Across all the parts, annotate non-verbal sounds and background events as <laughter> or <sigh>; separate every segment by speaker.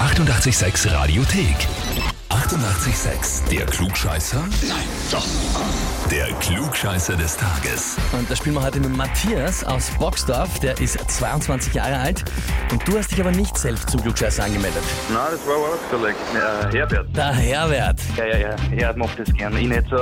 Speaker 1: 886 Radiothek. 88,6. Der Klugscheißer? Nein, doch. Der Klugscheißer des Tages.
Speaker 2: Und das spielen wir heute mit Matthias aus Boxdorf, der ist 22 Jahre alt und du hast dich aber nicht selbst zum Glückscheißer angemeldet.
Speaker 3: Nein, das war Arbeitskollege, äh, Herbert.
Speaker 2: Der Herbert.
Speaker 3: Ja, ja, ja, er macht das gerne, ich nicht so.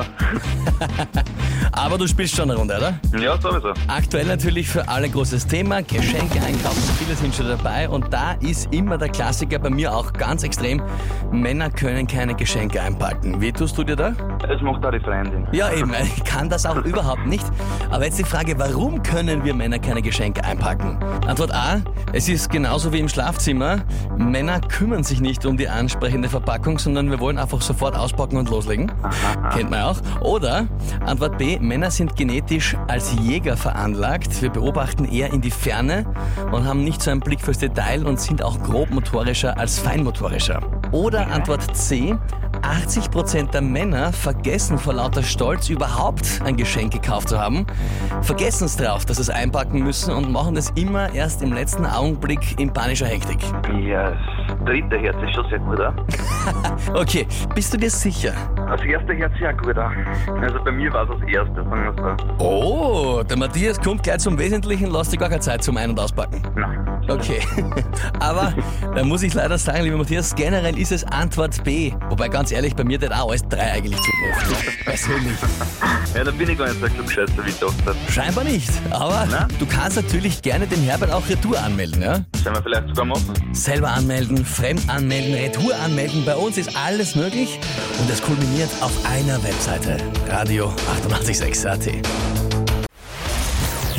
Speaker 2: Aber du spielst schon eine Runde, oder?
Speaker 3: Ja, sowieso.
Speaker 2: Aktuell natürlich für alle großes Thema, Geschenke einkaufen, viele sind schon dabei und da ist immer der Klassiker bei mir auch ganz extrem, Männer können keine Geschenke einpacken. Wie tust du dir da?
Speaker 3: Es macht auch die Freundin.
Speaker 2: Ja, eben, <laughs> ich kann das auch überhaupt nicht. Aber jetzt die Frage, warum können wir Männer keine Geschenke einpacken? Antwort A, es ist genauso wie im Schlafzimmer. Männer kümmern sich nicht um die ansprechende Verpackung, sondern wir wollen einfach sofort auspacken und loslegen. Kennt man ja auch. Oder Antwort B, Männer sind genetisch als Jäger veranlagt. Wir beobachten eher in die Ferne und haben nicht so einen Blick fürs Detail und sind auch grobmotorischer als feinmotorischer. Oder Antwort C, 80% der Männer vergessen vor lauter Stolz überhaupt ein Geschenk gekauft zu haben, vergessen es drauf, dass sie es einpacken müssen und machen das immer erst im letzten Augenblick in panischer Hektik.
Speaker 3: Ja, das dritte Herz ist schon sehr gut, oder?
Speaker 2: Okay, bist du dir sicher?
Speaker 3: Das erste Herz ja gut, oder? Also bei mir war es das erste, sagen wir es so.
Speaker 2: Oh, der Matthias kommt gleich zum Wesentlichen, lass dir gar keine Zeit zum Ein- und Auspacken.
Speaker 3: Nein.
Speaker 2: Okay, <laughs> aber da muss ich leider sagen, lieber Matthias, generell ist es Antwort B. Wobei ganz ehrlich, bei mir das auch alles drei eigentlich zugerufen. Persönlich.
Speaker 3: Ja, dann bin ich gar nicht so klugscheißer wie Doktor.
Speaker 2: Scheinbar nicht, aber
Speaker 3: Na?
Speaker 2: du kannst natürlich gerne den Herbert auch Retour anmelden, ja?
Speaker 3: Sollen wir vielleicht sogar machen?
Speaker 2: Selber anmelden, fremd anmelden, Retour anmelden, bei uns ist alles möglich und es kulminiert auf einer Webseite, radio 886.at.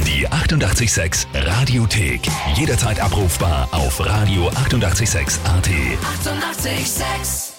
Speaker 1: Die 88,6 Radiothek. Jederzeit abrufbar auf radio886.at. 88,6.
Speaker 4: Eighty-eight, sex.